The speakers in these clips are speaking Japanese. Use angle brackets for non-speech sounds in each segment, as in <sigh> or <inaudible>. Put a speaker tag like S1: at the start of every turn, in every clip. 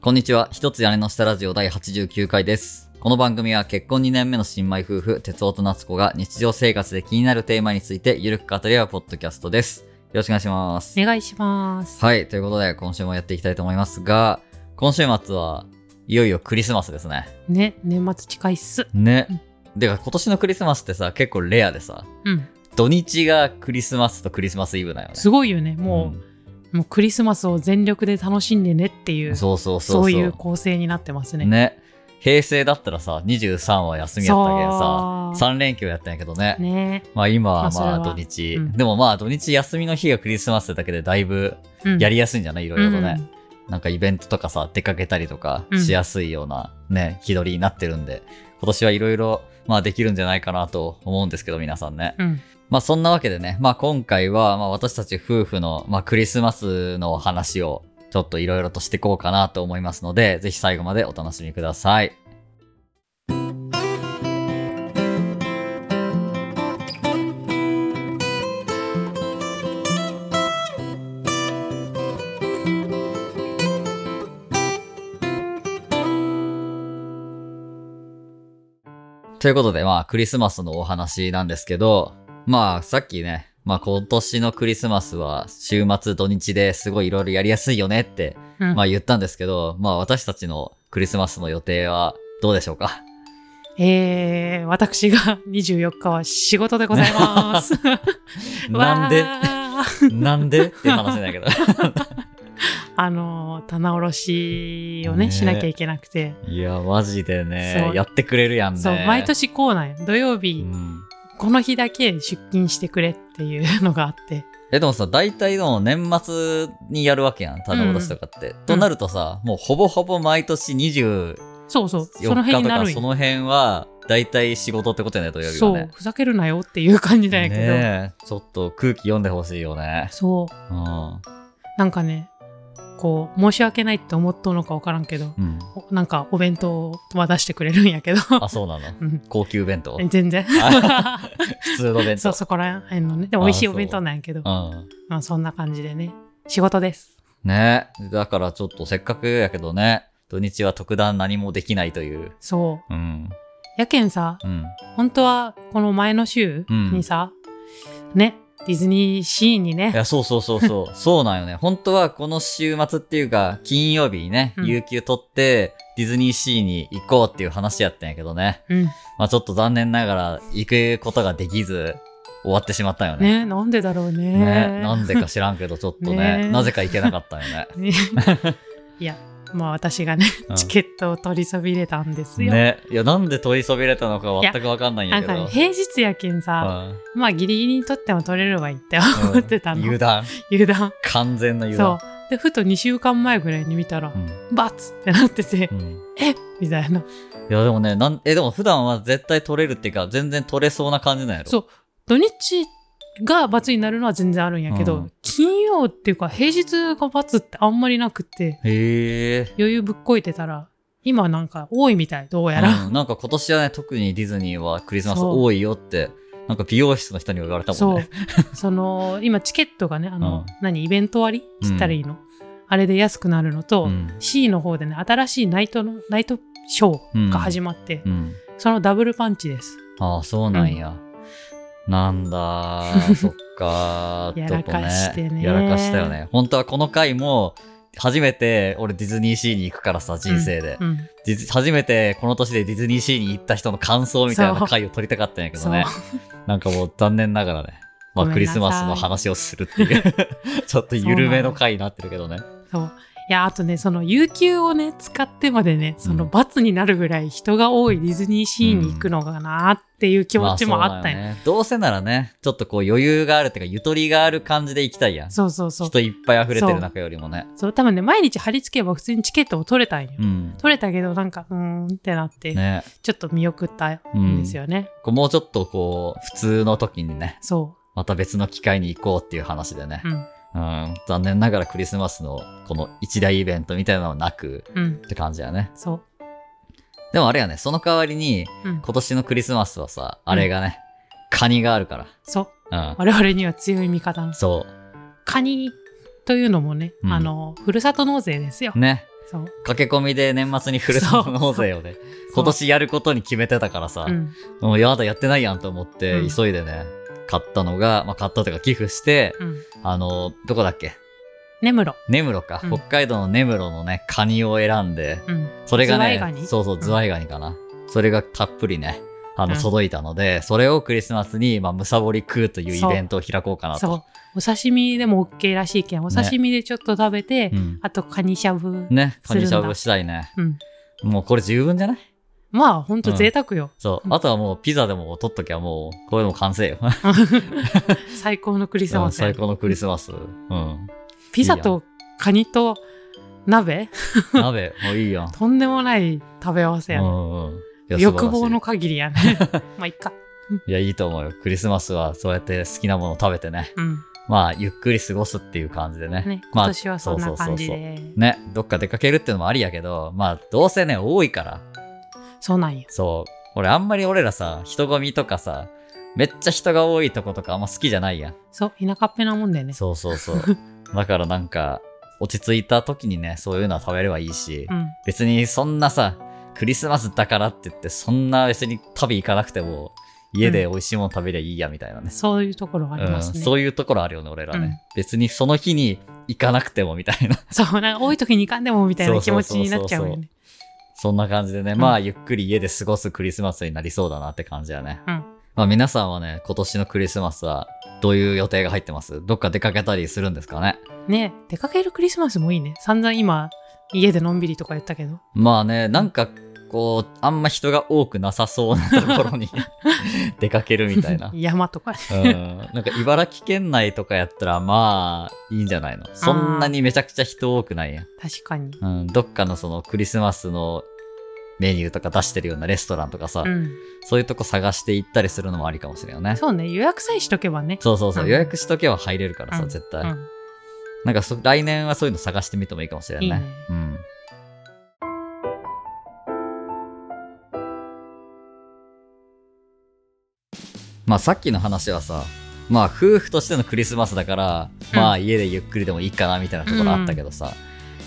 S1: こんにちは。一つ屋根の下ラジオ第89回です。この番組は結婚2年目の新米夫婦、哲夫と夏子が日常生活で気になるテーマについてゆるく語り合うポッドキャストです。よろしくお願いします。
S2: お願いします。
S1: はい。ということで、今週もやっていきたいと思いますが、今週末はいよいよクリスマスですね。
S2: ね、年末近いっす。
S1: ね
S2: うん。
S1: でか今年のクリスマスってさ、結構レアでさ、
S2: うん。
S1: 土日がクリスマスとクリスマスイブだよね。
S2: すごいよね。もう、もうクリスマスを全力で楽しんでねっていうう、
S1: ん
S2: そう
S1: そうそうそうそう。
S2: いう構成になってますね。
S1: ね。平成だったらさ、23は休みやったけどさ、
S2: さ
S1: 3連休やったんやけどね。
S2: ね、
S1: まあ今
S2: ま
S1: は
S2: あそれ
S1: まあ
S2: は
S1: 土日、
S2: うん
S1: でもまあ土日休みの日がクリスマスだけでだいぶ
S2: うん
S1: やりやすいんじゃないいろいろとね、
S2: うん
S1: なんかイベントとかさ、出かけたりとか
S2: うん
S1: しやすいようなね、日取りになってるんで、今年はいろいろまあできるんじゃないかなと思うんですけど、皆さんね。
S2: うん
S1: まあそんなわけでね、まあ今回はまあ私たち夫婦のまあクリスマスのお話をちょっといろいろとしていこうかなと思いますので、ぜひ最後までお楽しみください。ということで、まあ、クリスマスのお話なんですけど、まあ、さっきね、まあ、今年のクリスマスは週末土日ですごいいろいろやりやすいよねって、
S2: うん
S1: まあ言ったんですけど、まあ私たちのクリスマスの予定はどうでしょうか
S2: えー、私が24日は仕事でございます。
S1: <laughs> なんで
S2: わー
S1: なんでって話だけ
S2: <laughs>
S1: ど。
S2: あのー、棚卸しを
S1: ね
S2: ね、しなきゃいけなくて。
S1: いや、マジでね
S2: そ、う
S1: やってくれるやんね。
S2: そう、毎年こうなんよ土曜
S1: う
S2: 日、
S1: ん。
S2: この日だけ出勤してくれっていうのがあって。
S1: え、でもさ、大体の年末にやるわけやん、棚卸しとかって。となるとさ、もうほぼほぼ毎年24
S2: そうそう、
S1: 日
S2: その辺
S1: と
S2: にな
S1: か、
S2: るん
S1: そ
S2: よ。
S1: の辺は、大体仕事ってことやね、土曜日
S2: そ
S1: はね
S2: う。ふざけるなよっていう感じだけど、
S1: ねえちょっと空気読んでほしいよね。
S2: そう
S1: うん。
S2: なんかねこう申し訳ないって思っとうのか分からんけど
S1: うん、
S2: おなんかお弁当は出してくれるんやけど、
S1: あ、そうなの
S2: うん、
S1: 高級弁当
S2: <laughs> 全然 <laughs>
S1: あ普通の弁当。
S2: そうそこら辺のねでも
S1: あ
S2: 美味しい
S1: そう
S2: お弁当なんやけど
S1: うん。
S2: まあ、そんな感じでね仕事です
S1: ねえだからちょっとせっかくやけどね、土日は特段何もできないという。
S2: そう
S1: うん。
S2: やけんさ
S1: うん。
S2: 本当はこの前の週
S1: うん
S2: にさ、ねディズニーシーに
S1: い
S2: ね
S1: や、そうそうそう
S2: <laughs>
S1: そう。そうなんよね。本当はこの週末っていうか、金曜日にね、
S2: うん
S1: 有給取って、ディズニーシーに行こうっていう話やったんやけどね。
S2: うん
S1: まあちょっと残念ながら行くことができず、終わってしまったよね。
S2: ねなんでだろうね
S1: ね、なんでか知らんけど、ちょっとね、
S2: ね
S1: なぜか行けなかったよね。
S2: ねいやまあ私がね
S1: うん
S2: チケットを取りそびれたんですよ。
S1: ね、いや、なんで取りそびれたのか全くわかんないん
S2: な
S1: や
S2: ん
S1: け
S2: か
S1: ど。
S2: ね、平日やけんさ、
S1: うん
S2: まあギリギリに取っても取れるわいって
S1: うん
S2: 思ってたの。
S1: 油断。
S2: 油断。
S1: 完全な油
S2: そ
S1: 断
S2: う。。で、ふと2週間前ぐらいに見たら
S1: う、ん
S2: バツってなってて、
S1: うん
S2: みたいな。
S1: いや、でもね、なん、え、でも普段は絶対取れるっていうか、全然取れそうな感じなんやろ。
S2: そう。土日がバツになるのは全然あるんやけど、
S1: うん
S2: 金曜っていうか平日がバツってあんまりなくて、
S1: へえ。
S2: 余裕ぶっこいてたら、今なんか多いみたい、どうやら。
S1: うんなんか今年はね、特にディズニーはクリスマス多いよって、なんか美容室の人にも言われたもん
S2: そ
S1: ね。
S2: う。その、今チケットがね、あ
S1: う
S2: の、
S1: ん
S2: 何、イベント割りつったらいいの、あれで安くなるのと、
S1: ん。
S2: C の方でね、新しいナイトの、ナイトショーが始まって、
S1: うん。
S2: そのダブルパンチです。
S1: ああ、そうなんや。なんだー、そっかー。
S2: <laughs> や
S1: ちょっ
S2: ら
S1: と
S2: かしてね
S1: やらかしたよね。本当はこの回も、初めて俺ディズニーシーに行くからさ、人生で。
S2: うん。
S1: ディズ初めてこの年でディズニーシーに行った人の感想みたいな回を撮りたかったんやけどね。なんかもう残念なが
S2: <laughs>
S1: らね。まあ
S2: ご
S1: ク
S2: めん
S1: リ
S2: なさ
S1: ス
S2: い
S1: マスの話をするっていう。
S2: <laughs>
S1: ちょっと緩めの回になってるけどね。
S2: そう。いや、あとね、その、有給をね、使ってまでね、その、罰になるぐらい人が多いディズニーシーに行くのかなっていう気持ちもあったん
S1: まそう
S2: よ。
S1: だよね。どうせならね、ちょっとこう余裕があるっていうか、ゆとりがある感じで行きたいやん。
S2: そうそうそう。
S1: 人いっぱい溢れてる中よりもね。
S2: そう、多分ね、毎日貼り付ければ普通にチケットを取れたんよ。
S1: うん。
S2: 取れたけど、なんか、うーんってなって、
S1: ね。
S2: ちょっと見送ったんですよね。
S1: こうもうちょっとこう、普通の時にね、
S2: そ
S1: また別の機会に行こうっていう話でね
S2: う。う。ん。
S1: うん。残念ながらクリスマスのこの一大イベントみたいなのはなく
S2: うん。
S1: って感じだね。
S2: そう。
S1: でもあれやね、その代わりに、
S2: うん。
S1: 今年のクリスマスはさ、あれがね、カニがあるか
S2: そう。
S1: ら。う
S2: 我々には強い味方の
S1: ん。そ
S2: カニというのもね、
S1: うん
S2: あのふるさと納税ですよ
S1: う。。ね。
S2: そう。
S1: 駆け込みで年末にふるさと納税をね、今年やることに決めてたからさ、
S2: うん。
S1: もうやだやってないやんと思って、
S2: うん
S1: 急いでね、買ったのが、まあ買ったというか寄付して、
S2: うん。
S1: あの、どこだっけ
S2: 根室。
S1: 根室か、
S2: うん
S1: 北海道の根室のね、カニを選んで、
S2: うん。
S1: それが
S2: ズワイガ
S1: ね、
S2: ニ
S1: そうそう、ズワイガニかな。それがたっぷりね、あの、
S2: うん
S1: 届いたので、それをクリスマスに、まあ、むさぼり食うというイベントを開こうかな
S2: そ
S1: と。
S2: う。お刺身でも OK らしいけん、お刺身でちょっと食べて、
S1: うん
S2: あとカニしゃぶ。
S1: ね、カニしゃ
S2: するん
S1: ぶ
S2: だ
S1: したいね。
S2: うん。
S1: もうこれ十分じゃない
S2: まあ、ほんと贅沢よ。
S1: そうう。
S2: ん
S1: あとはもうピザでも取っときゃもう、これでも完成よ。
S2: 最高のクリスマス。
S1: 最高のクリスマス。
S2: <laughs>
S1: うん。
S2: ピザとカニと鍋
S1: 鍋、もういいやん。
S2: とんでもない食べ合わせや
S1: う
S2: ね。
S1: んうんいや
S2: 欲望。
S1: 素晴ら
S2: の
S1: し
S2: 限りやね。
S1: <laughs>
S2: まあ、いっか。
S1: いいや、いいと思うよ。クリスマスはそうやって好きなものを食べてね。
S2: うん。
S1: まあ、ゆっくり過ごすっていう感じでね。
S2: ね。
S1: まあ
S2: 今年はそんな感じ
S1: そうそう
S2: で。
S1: そうね、どっか出かけるってのもありやけど、まあ、どうせね、多いから。
S2: そうなんよ。
S1: そう。俺、あんまり俺らさ、人混みとかさ、めっちゃ人が多いとことかあんま好きじゃないやん。
S2: そう、田舎っぺなもんだよね。
S1: そうそうそう。 <laughs> だからなんか、落ち着いた時にね、そういうのは食べればいいし、
S2: うん。
S1: 別にそんなさ、クリスマスだからって言って、そんな別に食べ行かなくても、家で美味しいもの食べりゃいいやみたいなね。
S2: そういうところはあり
S1: う
S2: ま
S1: ん、
S2: すね。
S1: そういうところあるよね、俺らね。
S2: うん
S1: 別にその日に行かなくてもみたいな。
S2: そう、なんか多い時に行かんでもみたいな気持ちになっちゃうよね。
S1: そんな感じでね、まあ、ゆっくり家で過ごすクリスマスになりそうだなって感じだね。
S2: うん
S1: まあ、皆さんはね、今年のクリスマスはどういう予定が入ってますどっか出かけたりするんですかね
S2: ね出かけるクリスマスもいいね。散々今、家でのんびりとか言ったけど。。
S1: まあね、なんか、こう、あんま人が多くなさそうなところに <laughs> 出かけるみたいな
S2: <laughs> 山とか。
S1: うん、なんか茨城県内とかやったらまあいいんじゃないのそんなにめちゃくちゃ人多くないやん、
S2: 確かに。
S1: うん、どっかのそのクリスマスのメニューとか出してるようなレストランとかさ、
S2: うん。
S1: そういうとこ探して行ったりするのもありかもしれないよね。
S2: そうね、予約さえしとけばね。
S1: そうそうそう、
S2: うん
S1: 予約しとけば入れるからさ、
S2: うん
S1: 絶
S2: う
S1: 対。
S2: ん。
S1: なんかそ来年はそういうの探してみてもいいかもしれないね。
S2: いいね
S1: うん。まあさっきの話はさ、まあ夫婦としてのクリスマスだから、
S2: うん
S1: まあ家でゆっくりでもいいかなみたいなところあったけどさ、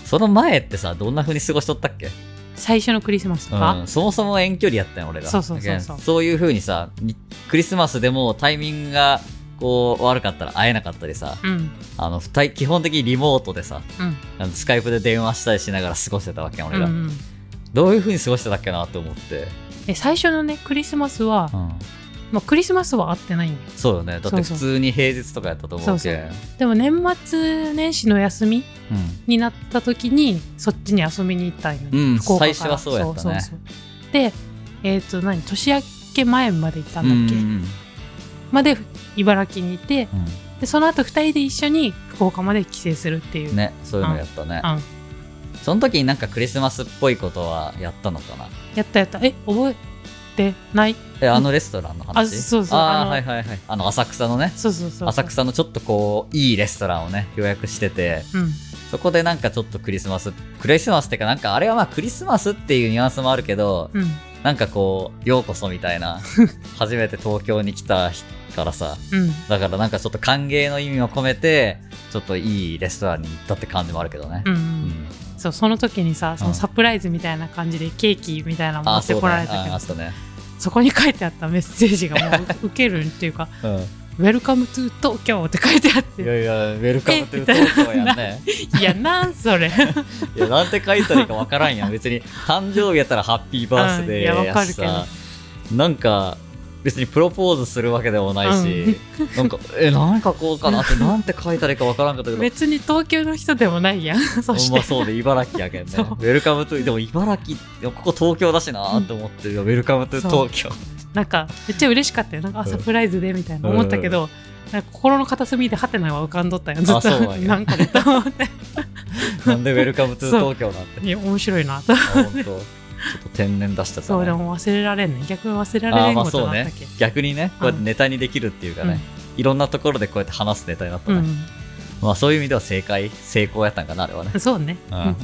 S1: その前ってさ、どんな風に過ごしとったっけ
S2: 最初のクリスマスと
S1: う
S2: か。
S1: ん、そもそも遠距離やったよ俺ら
S2: そうそうそうそう
S1: だけどそういう風にさにクリスマスでもタイミングがこう悪かったら会えなかったりさ
S2: うん。うん。
S1: あの二人基本的にリモートでさあのスカイプで電話したりしながら過ごしてたわけよ
S2: う
S1: 俺
S2: ん
S1: ら、
S2: うん。
S1: どういう風に過ごしてたっけなと思って、
S2: え、最初のね、クリスマスは、
S1: うん、
S2: まあクリスマスは会ってないんよ。
S1: そうよねだっ
S2: そ
S1: て
S2: う
S1: 普
S2: そう
S1: 通に平日とかやったと思うけ
S2: そうそうでも年末年始の休みになった時にそっちに遊びに行ったんよ、
S1: うんうん
S2: 福岡から
S1: 最初はそうやったね
S2: そうそうそうでえっ、と何年明け前まで行った
S1: うん
S2: んだっけ、
S1: うん
S2: まで茨城にいて
S1: うん
S2: でその後二人で一緒に福岡まで帰省するっていうう、
S1: んねそういうのやったね
S2: うん
S1: その時になんかクリスマスっぽいことはやったのかな
S2: やったやったえ覚えてない
S1: えあのレストランの話
S2: あそうそう
S1: あ
S2: あ
S1: ー
S2: の
S1: はいはいはいあの浅草のね
S2: そうそうそうそう
S1: 浅草のちょっとこういいレストランをね予約してて
S2: うん
S1: そこでなんかちょっとクリスマスクリスマスってかなんかあれはまあクリスマスっていうニュアンスもあるけど
S2: うん
S1: なんかこうようこそみたい
S2: <laughs>
S1: な初めて東京に来た日からさ
S2: うん
S1: だからなんかちょっと歓迎の意味を込めてちょっといいレストランに行ったって感じもあるけどね
S2: うん、う、
S1: うんん
S2: そうその時にさそのサプライズみたいな感じでケーキみたいなの持
S1: あ
S2: って
S1: そう
S2: こ
S1: だ
S2: られ
S1: ね
S2: た
S1: あ
S2: けど
S1: あそうね
S2: そこに書いてあったメッセージがもう受けるっていうか <laughs>
S1: うん
S2: 「Welcome to 東京」って書いてあっ
S1: い
S2: て
S1: やいやウェルカムという東京やんね
S2: いやなんそ <laughs> れ
S1: いやなんて書いたらいいかわからんやん別に誕生日やったらハッピーバースデーやしさ、
S2: うんいやわかるけ
S1: なんか別にプロポーズするわけでもないし、なんかえ何書こうかなってなんて書いたらいいかわからんかったけど
S2: 別に東京の人でもないやん <laughs> そし
S1: ほんま
S2: て
S1: そうで茨城やけんねウ
S2: そう
S1: ェルカムトゥでも茨城でもここ東京だしなと思って、いやウェルカムトゥ
S2: そう
S1: 東京
S2: なんかめっちゃ嬉しかったよなんかあ
S1: うん
S2: サプライズでみたいな思ったけど、なんか心の片隅でハテナが浮かんどったよずっ
S1: あそうな
S2: と
S1: んや
S2: なんかねと思って
S1: なんでウェルカムトゥ
S2: そう
S1: 東京なんて
S2: <laughs> いや面白いなと
S1: あ本当ちょっと天然出しちゃった
S2: そうで
S1: な
S2: も忘れられんね逆に忘れら
S1: あ
S2: れ
S1: ー
S2: ん
S1: まあ
S2: こと
S1: そう
S2: があった
S1: ね
S2: っけ、
S1: 逆にねこうやってネタにできるっていうかね、いろんなところでこうやって話すネタになった
S2: う
S1: ね、
S2: ん、
S1: まあそういう意味では正解、成功やったんかな、あれはね
S2: <laughs> う。ん、そうね
S1: うん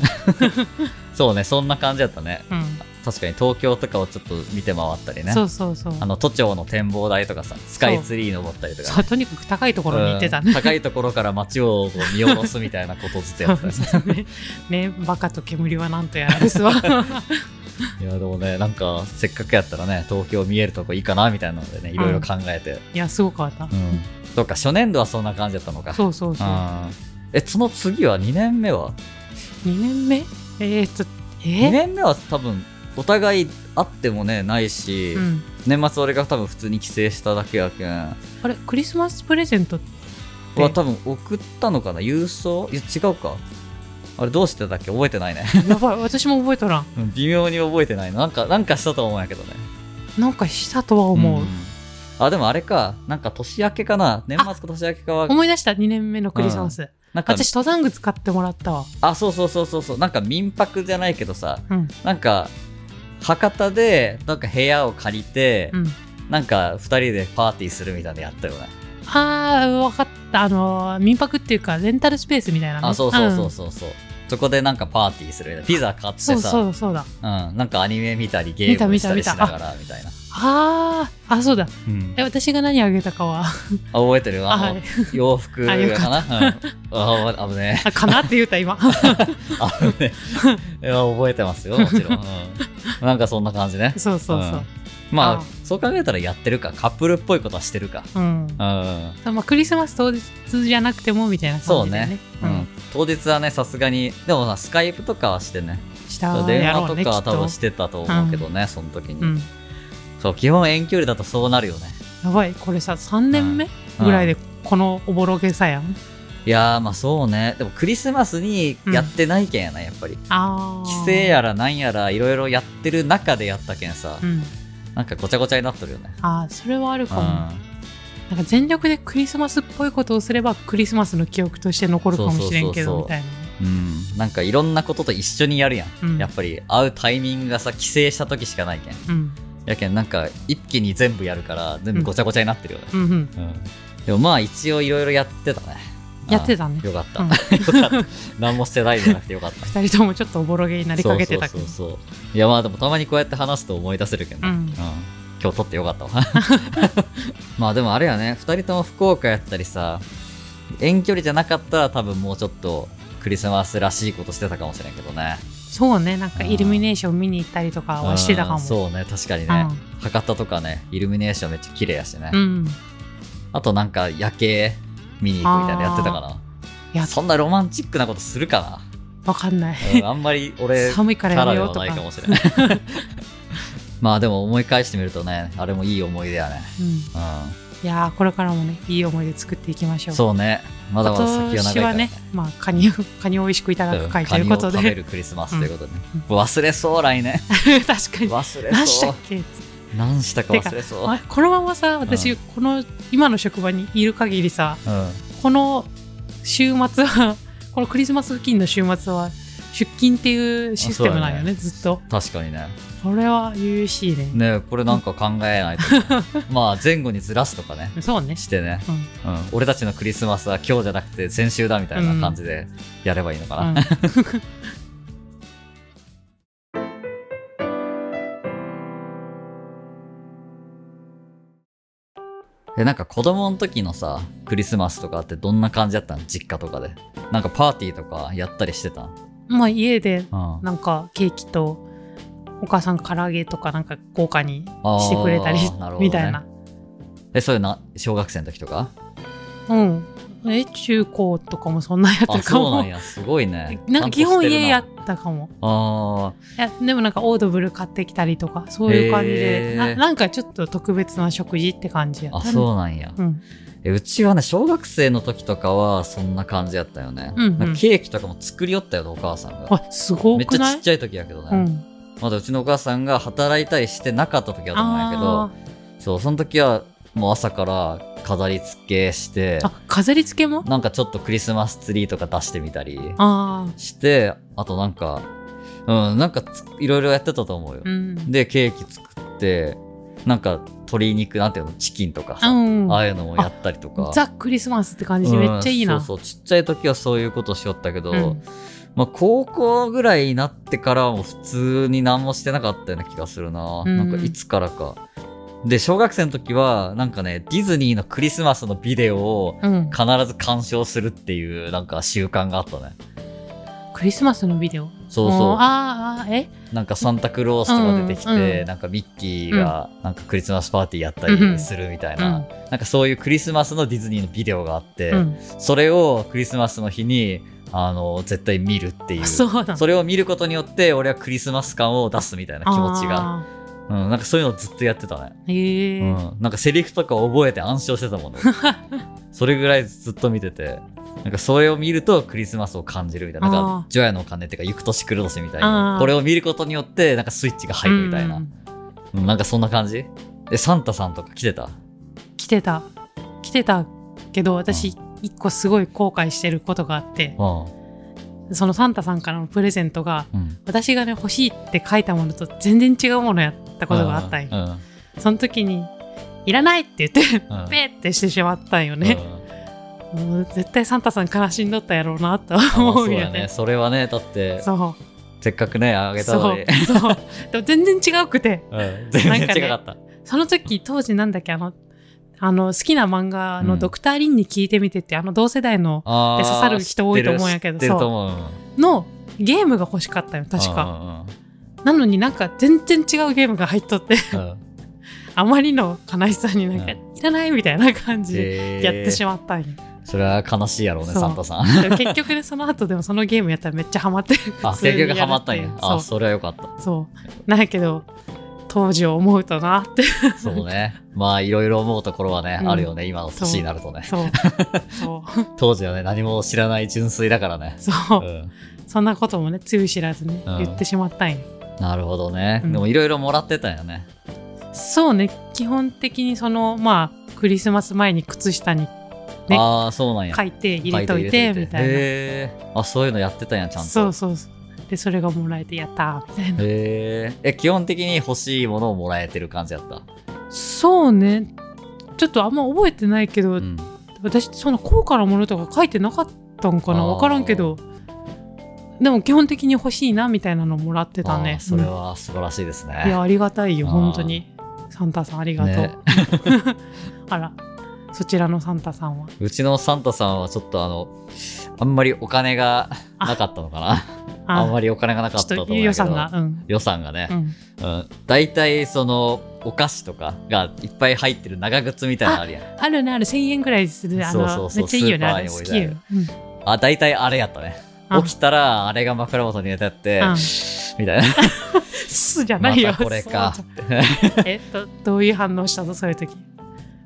S1: そうね、そんな感じやったね。
S2: うん
S1: 確かに東京とかをちょっと見て回ったりね
S2: そうそうそう
S1: あの都庁の展望台とかさスカイツリー登ったりとかね、
S2: そうとにかく高いところに行ってた
S1: うん
S2: ね。
S1: 高いところから街をこう見下ろすみたいなことをずっとやってた
S2: <laughs>
S1: ね
S2: ねね、バカと煙はなんとやらです <laughs> わ。
S1: いやでもねなんかせっかくやったらね東京見えるとこいいかなみたいなのでねいろいろ考えて、
S2: いや、すごかった。
S1: うんそうか初年度はそんな感じだったのか
S2: そうそうそう。
S1: うんえその次は2年目は
S2: 2年目えー、っと、
S1: 2
S2: え
S1: 年目は多分お互い会ってもねないし、
S2: うん、
S1: 年末俺が多分普通に帰省しただけやけんは
S2: あれ、クリスマスプレゼント
S1: 多分送ったのかな郵送いや違うかあれどうしてたっけ覚えてないね <laughs>
S2: やばい、私も覚えとらん。
S1: うん微妙に覚えてないななんかなんかしたと思うんやけどね
S2: なんかしたとは思う。
S1: んあでもあれかなんか年明けかな年末か年明けかは
S2: 思い出した、2年目のクリスマス。
S1: なんか
S2: 私、登山靴買ってもらったわ。
S1: あそうそうそうそうそうなんか民泊じゃないけどさ
S2: うん、
S1: なんか博多でなんか部屋を借りて、
S2: うん。
S1: なんか2人でパーティーするみたいなのやったよね
S2: あー、わかった。あのー、民泊っていうか、レンタルスペースみたいな、ね。
S1: あそうそうそうんそうそう、そこでなんかパーティーするみたいなピザ買ってさ
S2: そうそうそうだ。
S1: うん、なんかアニメ見たりゲームしたり
S2: 見
S1: した
S2: 見た見た
S1: ながらみたいな、
S2: あー、あ、そうだ。
S1: うん
S2: え、私が何あげたかは、
S1: あ覚えてるあの、
S2: あはい
S1: 洋服か
S2: あよ
S1: なうんああ危ねえ
S2: あかなって言う
S1: <laughs>
S2: た、今。
S1: 危ね <laughs> えいや覚えてますよもちろん、うんなんかそんな感じね
S2: そうそうそう。
S1: うんまあ
S2: ああ
S1: そう考えたらやってるかカップルっぽいことはしてるか
S2: うん。
S1: うん、
S2: まあ、クリスマス当日じゃなくてもみたいな感じでね。
S1: うん当日はねさすがにでもさスカイプとかはしてね
S2: 下
S1: 電
S2: や
S1: 話
S2: ろ
S1: と
S2: うね、
S1: か
S2: き
S1: は
S2: っ
S1: 多
S2: と
S1: 分。してたと思うけどね、その時に、
S2: うん。
S1: そう基本遠距離だとそうなるよね
S2: やばい、これさ、3年目
S1: うん
S2: ぐらいでこのおぼろげさやん。
S1: いやーまあそうねでもクリスマスにやってないけんやな、やっぱり
S2: ああ。
S1: 帰省やらなんやらいろいろやってる中でやったけんさ、
S2: うん。
S1: なんかごちゃごちゃになっとるよね
S2: ああ、それはある
S1: う
S2: か
S1: ん
S2: も。なんか全力でクリスマスっぽいことをすれば、クリスマスの記憶として残るかもしれんけど、
S1: そう
S2: み
S1: そうそうそう
S2: たいな。
S1: うんなんかいろんなことと一緒にやるやん、
S2: うん
S1: やっぱり会うタイミングがさ帰省した時しかないけん
S2: うん。
S1: やけんなんか一気に全部やるから全部ごちゃごちゃになってるよね、
S2: うんうん。
S1: うんでもまあ一応いろいろやってたね
S2: やってたね
S1: ああよかった、
S2: うん
S1: <laughs> よかった何もしてないじゃなくてよかった
S2: 二人ともちょっとおぼろげになりかけてたけ
S1: そ
S2: ど
S1: うそう。そうそういやまあでもたまにこうやって話すと思い出せるけどね、
S2: うん
S1: 今日撮ってよかったわ <laughs> まあでもあれやね2人とも福岡やったりさ遠距離じゃなかったら多分もうちょっとクリスマスらしいことしてたかもしれんけどね
S2: そうね、なんかイルミネーション見に行ったりとかはしてたか
S1: うん
S2: も。
S1: そうね確かに
S2: う
S1: ね
S2: ん
S1: 博多とかねイルミネーションめっちゃ綺麗やしね、
S2: うん。
S1: あとなんか夜景見に行くみたいなのやってたかない
S2: や、
S1: そんなロマンチックなことするか
S2: わかんない。
S1: な、うんあんまり俺
S2: 寒いから
S1: キ
S2: や
S1: ャラ
S2: め
S1: で
S2: よ
S1: は
S2: うと
S1: ないかも
S2: か。
S1: しれない <laughs> まあでも思い返してみるとねあれもいい思い出やね
S2: うん。
S1: う
S2: いやーこれからもねいい思い出作っていきましょ
S1: ん
S2: う
S1: そうねまだまだ先は長
S2: 今
S1: い
S2: 年
S1: から
S2: はねまあカニを <laughs> カニを美味しくいただ
S1: うん
S2: く
S1: カ
S2: 会とい
S1: ニ
S2: う
S1: を
S2: こと
S1: 食べ
S2: で
S1: るクリスマスということでね
S2: うん
S1: 忘れそう来
S2: <laughs>
S1: 年
S2: 確かに
S1: 忘れ
S2: 何し
S1: そ
S2: た
S1: う
S2: っけ
S1: 何したか忘れそう
S2: あれこのままさ私、
S1: う
S2: この今の職場にいる限りさ
S1: うん
S2: この週末は <laughs> このクリスマス付近の週末は出勤っていうシステムなんよねずっと
S1: 確かにね
S2: これは優しいね
S1: ねこれなんか考えないとまあ前後にずらすとかね
S2: そうね、
S1: してね、
S2: うん
S1: うん、俺たちのクリスマスは今日じゃなくて先週だみたいな感じでやればいいのかな、
S2: うん
S1: えなんか子供の時のさクリスマスとかってどんな感じだったの実家とかでなんかパーティーとかやったりしてた
S2: まあ家で
S1: うん
S2: なんかケーキとお母さん唐揚げとかなんか豪華に
S1: あー
S2: してくれたり
S1: なるほどね
S2: みたいな
S1: えそういうな小学生の時とか
S2: うん。え、中高とかもそんなやっ
S1: あ
S2: たか
S1: そうな
S2: も
S1: ん。やすごいね
S2: <laughs> なんか基本家や
S1: ちゃんとしてるな
S2: ったかも。
S1: あ
S2: いやでもなんかオードブル買ってきたりとか、そういう感じ
S1: へ
S2: で
S1: ー、
S2: ななんかちょっと特別な食事って感じや
S1: ー
S2: っ
S1: あ
S2: た。
S1: そうなんや
S2: うん。
S1: えうちはね小学生の時とかはそんな感じやったよね、
S2: うんうん
S1: なんかケーキとかも作りよったよお母さんが
S2: あ、すご
S1: めっち
S2: く
S1: ゃ
S2: な
S1: ち
S2: い
S1: っちゃい時やけどね、
S2: うん。
S1: まだうちのお母さんが働いたりしてなかった時やと思うんやけど
S2: あ
S1: そうその時はもう朝から飾り付けして
S2: ーあ、飾り付けも
S1: なんかちょっとクリスマスツリーとか出してみたり
S2: ああ。
S1: してあとなんかうんなんかついろいろやってたと思うよ、
S2: うん。
S1: でケーキ作ってなんか鶏肉なんていうのチキンとか
S2: う
S1: さ、
S2: ん
S1: あ。あいうのもやったりとか
S2: ザ・クリスマスって感じでめっちゃいいな。
S1: うんそうそうちっちゃい時はそういうことしよったけど、
S2: うん
S1: まあ、高校ぐらいになってからはもう普通に何もしてなかったような気がするな。
S2: うん
S1: なんかいつからか。で、小学生の時は、なんかね、ディズニーのクリスマスのビデオを
S2: うん。
S1: 必ず鑑賞するっていう、なんか習慣があったね。
S2: クリスマスのビデオ。
S1: そう
S2: も
S1: そ
S2: あーあー、え
S1: う。なんかサンタクロースとか出てきて、
S2: うんうん
S1: なんかミッキーがなんかクリスマスパーティーやったりするみたいな、
S2: うん
S1: なんかそういうクリスマスのディズニーのビデオがあって、
S2: うん。
S1: それをクリスマスの日に、あの、絶対見るっていう。
S2: そうなんだ。
S1: それを見ることによって俺はクリスマス感を出すみたいな気持ちが、
S2: あ
S1: うん、なんかそういうのずっとやってたね、
S2: ー。ええ
S1: うん、なんかセリフとか覚えて暗唱してたも
S2: <laughs>
S1: のそれぐらいずっと見ててなんかそれを見るとクリスマスを感じるみたいななん
S2: あ
S1: か「除夜の鐘」っていうか「行く年来る年」みたい
S2: あ
S1: な
S2: ー
S1: これを見ることによってなんかスイッチが入るみたいな、
S2: うん
S1: うんなんかそんな感じでサンタさんとか来てた
S2: 来てた来てたけど私一個すごい後悔してることがあって
S1: うん
S2: そのサンタさんからのプレゼントが
S1: うん
S2: 私がね欲しいって書いたものと全然違うものやったことがあったんよ
S1: よ、
S2: その時に「いらない!」って言って
S1: うんうん
S2: <laughs> ペッてしてしまったんよ
S1: う
S2: ね、
S1: ん
S2: もう絶対サンタさん悲しんどったやろうなと
S1: あまあ
S2: 思
S1: そうう
S2: よ
S1: だね
S2: ね
S1: それはねだって
S2: そう
S1: せっかくねあげた
S2: そ
S1: の
S2: う
S1: に、
S2: そうでも全然違うくて
S1: うん、全然違かった
S2: その時当時なんだっけあのあの好きな漫画の「ドクター・リンに聞いてみて」って、あの同世代の
S1: あー
S2: で刺さる人多いと思うんやけ
S1: 知
S2: ど
S1: ってる知ってると思ううん
S2: のゲームが欲しかったよ確か、
S1: か
S2: なのになんか全然違うゲームが入っとって <laughs> あまりの悲しさになんか
S1: うん
S2: いらないみたいな感じでやってし
S1: ま
S2: まったんよ、
S1: うそれは悲しいやろうね
S2: そう
S1: サンタ
S2: <laughs>
S1: さん
S2: でも結局ねその後でもそのゲームやったらめっちゃハマって
S1: あ
S2: 普通
S1: 結
S2: にやる
S1: 局ハマったんや
S2: そ
S1: あ
S2: う
S1: それはよかった
S2: そうなんやけど当時を思うとなって
S1: そうね
S2: <laughs>
S1: まあいろいろ思うところはね
S2: うん
S1: あるよね今の年になるとね <laughs>
S2: そうそう
S1: 当時はね何も知らない純粋だからね
S2: そううんそんなこともねつゆ知らずね
S1: うん
S2: 言ってしまったんよ、
S1: なるほどね
S2: う
S1: で
S2: ん
S1: もいろいろもらってたんよね
S2: そうね基本的にそのまあクリスマス前に靴下にね
S1: ああそうなんや
S2: 書いて入れといてみたいな
S1: へーあそういうのやってたんやちゃん
S2: そう
S1: と
S2: そうそうでそれがもらえてやったーみたいな
S1: へーえ基本的に欲しいものをもらえてる感じやった
S2: そうねちょっとあんま覚えてないけど、
S1: うん
S2: 私その高価なものとか書いてなかったんかな
S1: あー
S2: 分からんけどでも基本的に欲しいなみたいなのもらってた
S1: あ
S2: ね
S1: ーそれは素晴らしいですね
S2: うんいやありがたいよ
S1: あー
S2: 本当にサンタさんありがとう、
S1: ね
S2: <laughs> あらそちらのサンタさんは
S1: うちのサンタさんはちょっとあの、あんまりお金が
S2: あ
S1: なかったのかな。あ
S2: あ
S1: んまりお金がなかったと
S2: ちょ
S1: 思
S2: っと
S1: うんだ
S2: 予
S1: けど
S2: 算がうん、
S1: 予算がね
S2: う。ん、
S1: うん。大体その、お菓子とかがいっぱい入ってる長靴みたいなのあるやん。
S2: あるねある1000円ぐらいするあの
S1: そうそうそう
S2: めっちゃいいよねあれ
S1: ス
S2: 好
S1: ーパ
S2: き
S1: ーに
S2: よ
S1: 置、あ、大体あれやったね
S2: あ。
S1: 起きたら、あれが枕元に寝てって、 <laughs>
S2: うん
S1: み
S2: <laughs>
S1: たいな。
S2: すじゃな
S1: ま
S2: いよ
S1: たこれか
S2: そう。
S1: って
S2: <laughs> えどどういう反応したのそういう時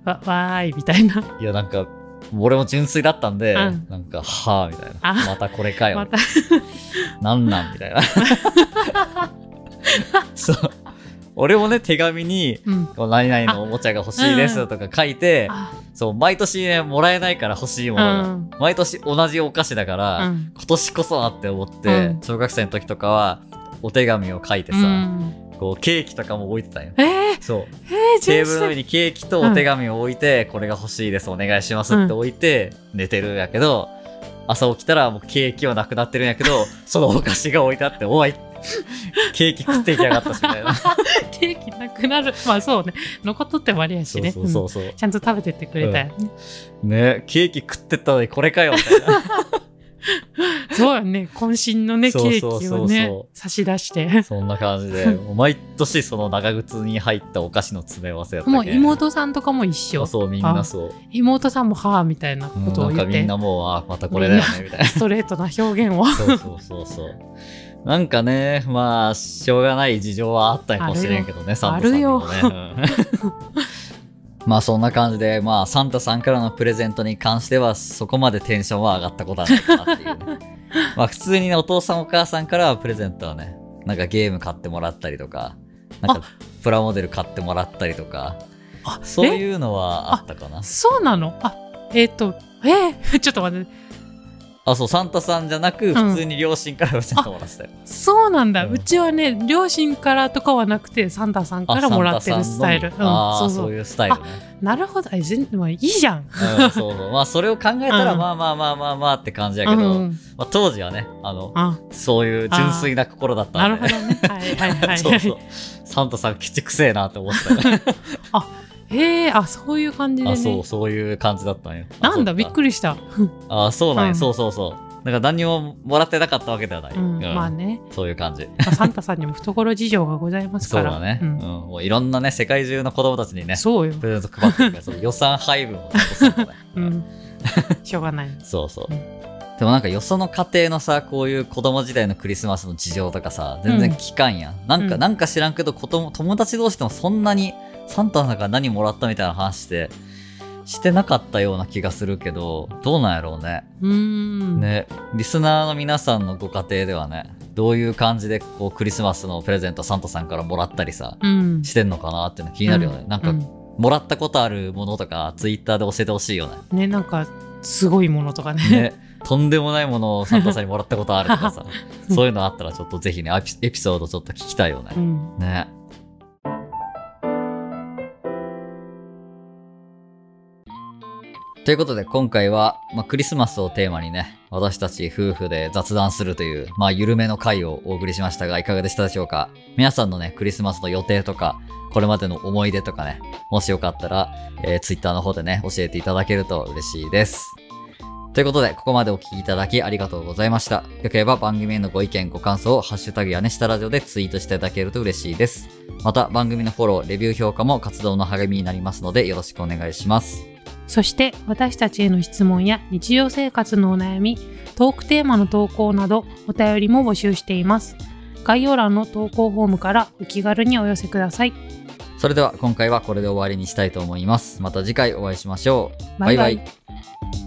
S2: わわーいみたいない
S1: や、なんか、俺も純粋だったんで、
S2: うん
S1: なんか、はあみたい
S2: あ
S1: な。またこれかよ。
S2: また
S1: なんなんみたい
S2: <laughs>
S1: な。そう。俺もね、手紙に、
S2: うん
S1: こう何々のおもちゃが欲しいですとか書いて、
S2: あ
S1: そう、毎年ね、もらえないから欲しいものが。
S2: うん
S1: 毎年同じお菓子だから、
S2: うん
S1: 今年こそはって思って、
S2: うん
S1: 小学生の時とかは、お手紙を書いて
S2: う
S1: さ、
S2: ん
S1: こう、ケーキとかも置いてたんよ。
S2: えー、
S1: そう。
S2: えー、
S1: テー
S2: 純
S1: ブルの上
S2: 粋
S1: にケーキとお手紙を置いて、これが欲しいです、お願いしますって置いて、寝てるんやけど、朝起きたらもうケーキはなくなってるんやけど、そのお菓子が置いてあって、おい、ケーキ食っていきやがったし、みたいな。
S2: <laughs> ケーキなくなるまあそうね残っとってもありやし
S1: そう
S2: ね
S1: そうそう
S2: う。
S1: そうん
S2: ちゃんと食べてってくれたよね、
S1: ね、ケーキ食ってったのにこれかよ、みたい
S2: <laughs>
S1: な。
S2: そうよね渾身のねケ
S1: そう
S2: ーキ
S1: そうそ
S2: を
S1: うそう
S2: ね差し出して
S1: そんな感じで、もう毎年その長靴に入ったお菓子の詰め合わせやったけん
S2: もう妹さんとかも一緒
S1: そう、みんなそう。
S2: 妹さんもはあみたいな
S1: う
S2: こ
S1: ん、
S2: と
S1: な
S2: を
S1: ん
S2: 言
S1: か
S2: っ
S1: み
S2: て、
S1: んなもう、あ、またこれだよね、みたいな。
S2: ストレートな表現を
S1: そうそうそうそう。なんかね、まあ、しょうがない事情はあったかもしれんけどね、サンタさんにもね。うんまあそん <laughs> な感じで、まあサンタさんからのプレゼントに関しては、そこまでテンションは上がったことはないかなっていう、ね。まあ普通にね、お父さんお母さんからはプレゼントはね、なんかゲーム買ってもらったりとか、なんかプラモデル買ってもらったりとか、
S2: あ
S1: そういうのはあったかな。
S2: <laughs> そうなのあえっ、とえーちょっと待って
S1: あ、そう、サンタさんじゃなく、
S2: ん
S1: 普通に両親からちゃんともらってたよ。
S2: そうなんだ、
S1: う
S2: うんちはね両親からとかはなくてサンタさんからもらってるスタイル、うん、
S1: あ
S2: そ
S1: サンタさんのみあー、
S2: う
S1: そ
S2: そうう
S1: いうスタイルね。
S2: なるほどえ全まあいいじゃん
S1: うん、そうそう。まあ、それを考えたら、
S2: うん
S1: まあまあまあまあまあって感じやけど、
S2: うん、
S1: まあ、当時はね、あの、
S2: あ
S1: そういう純粋な心だった
S2: なんる
S1: で。
S2: ほど
S1: <laughs>
S2: ねはいはいはい
S1: そうそう。サンタさん、きちくせえなって思ってたよね。
S2: へえあそういう感じで
S1: あ、そ
S2: ね
S1: う、そういう感じだったんよ。
S2: なんだ
S1: あ
S2: びっくりした、
S1: そっかあ、そうなんや、
S2: うん
S1: そうそうそう。だから何ももらってなかったわけではない。
S2: うん
S1: うん
S2: まあね、
S1: そういう感じ。
S2: まあサンタさんにも懐事情がございます
S1: そ
S2: か
S1: う
S2: ら
S1: だね。う
S2: うんん
S1: もういろんなね、世界中の子供たちにね、
S2: そうよ、
S1: プレゼント配ってるから、その予算配分をちゃんとするとね
S2: <laughs> う。ん、
S1: <laughs>
S2: しょうがない
S1: そうそう
S2: う。
S1: でもなんかよその家庭のさ、こういう子供時代のクリスマスの事情とかさ、全然聞かんやん。なんか、
S2: うん
S1: なんか知らんけど、子供友達同士でもそんなにサンタさんから何もらったみたいな話って、してなかったような気がするけど、どうなんやろうね。
S2: うーん
S1: ね、リスナーの皆さんのご家庭ではね、どういう感じでこうクリスマスのプレゼントサンタさんからもらったりさ、
S2: うん
S1: してんのかなっていうの気になるよね。なんか、
S2: う
S1: もらったことあるものとか、ツイッターで教えてほしいよね。
S2: んねなんかすごいものとかね
S1: ね、とんでもないものをサンタさんにもらったことあると
S2: <laughs>
S1: かさ、そういうのあったらちょっとぜひね、エピエピソードちょっと聞きたいよ
S2: う
S1: ね。
S2: ん
S1: ね。ということで今回は、まあ、クリスマスをテーマにね、私たち夫婦で雑談するという、まあ、緩めの回をお送りしましたが、いかがでしたでしょうか皆さんのね、クリスマスの予定とか、これまでの思い出とかね、もしよかったら、えー、Twitter の方でね、教えていただけると嬉しいです。ということで、ここまでお聞きいただきありがとうございました。よければ番組へのご意見、ご感想をハッシュタグやねしたラジオでツイートしていただけると嬉しいです。また、番組のフォロー、レビュー評価も活動の励みになりますので、よろしくお願いします。
S2: そして私たちへの質問や日常生活のお悩み、トークテーマの投稿などお便りも募集しています。概要欄の投稿フォームからお気軽にお寄せください。
S1: それでは、今回はこれで終わりにしたいと思います。また次回お会いしましょう。
S2: バイバイ
S1: バイバイ